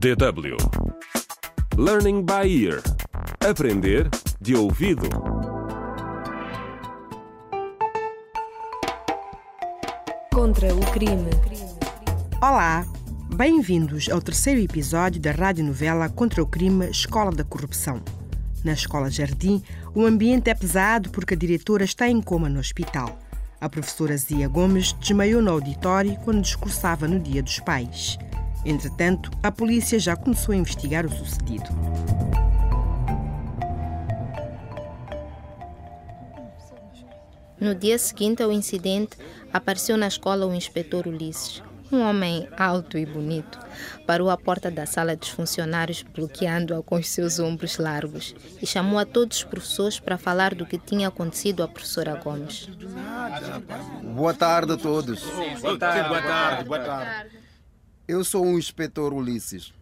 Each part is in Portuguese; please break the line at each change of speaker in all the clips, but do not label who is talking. DW Learning by Ear Aprender de ouvido
Contra o crime.
Olá! Bem-vindos ao terceiro episódio da radionovela Contra o Crime Escola da Corrupção. Na Escola Jardim, o ambiente é pesado porque a diretora está em coma no hospital. A professora Zia Gomes desmaiou no auditório quando discursava no Dia dos Pais. Entretanto, a polícia já começou a investigar o sucedido.
No dia seguinte ao incidente, apareceu na escola o inspetor Ulisses, um homem alto e bonito. Parou à porta da sala dos funcionários, bloqueando-a com os seus ombros largos, e chamou a todos os professores para falar do que tinha acontecido à professora Gomes.
Boa tarde a todos.
Boa tarde. Boa tarde. Boa tarde.
Eu sou o inspetor Ulisses.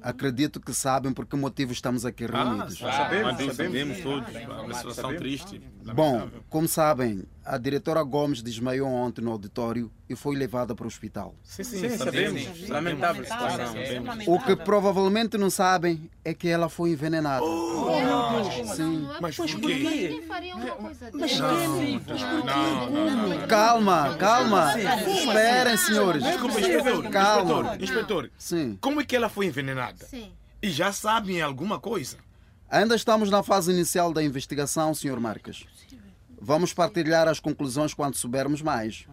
Acredito que sabem por que motivo estamos aqui reunidos.
Ah, Sabemos, sabemos todos. Uma situação triste.
Bom, como sabem, a diretora Gomes desmaiou ontem no auditório e foi levada para o hospital.
Sim, sim, sabemos. Lamentável situação. sabemos.
O que provavelmente não sabem é que ela foi envenenada. Sim.
Mas por quê? Quem faria uma coisa dessas?
Calma, calma. Esperem, senhores.
Desculpa, inspetor,
Calma.
inspetor, inspetor,
Sim.
como é que ela foi envenenada?
Sim.
E já sabem alguma coisa?
Ainda estamos na fase inicial da investigação, Sr. Marques. Vamos partilhar as conclusões quando soubermos mais.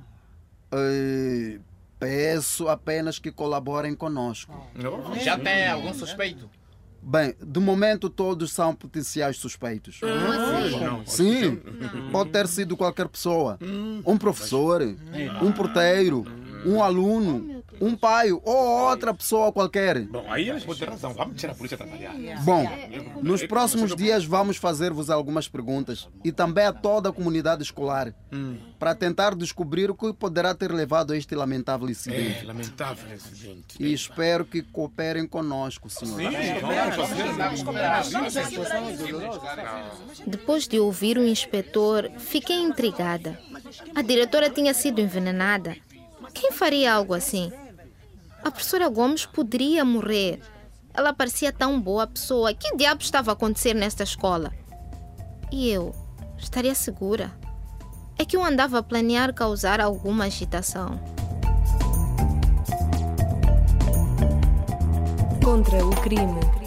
Eh, peço apenas que colaborem conosco.
Não?
Já tem algum suspeito?
Bem, de momento todos são potenciais suspeitos. Hum?
Não.
Sim, pode ter sido qualquer pessoa. Um professor,
Hum.
um porteiro, um aluno, um pai ou outra pessoa qualquer.
Bom, aí eles podem ter razão. Vamos tirar a polícia a trabalhar.
Bom, nos próximos dias vamos fazer-vos algumas perguntas e também a toda a comunidade escolar para tentar descobrir o que poderá ter levado a este lamentável
É
incidente.
lamentável esse gente.
E espero que cooperem conosco, senhor.
Vamos fazer.
Depois de ouvir o inspetor, fiquei intrigada. A diretora tinha sido envenenada. Quem faria algo assim? A professora Gomes poderia morrer. Ela parecia tão boa pessoa. Que diabo estava a acontecer nesta escola? E eu estaria segura. É que eu andava a planear causar alguma agitação.
Contra o crime.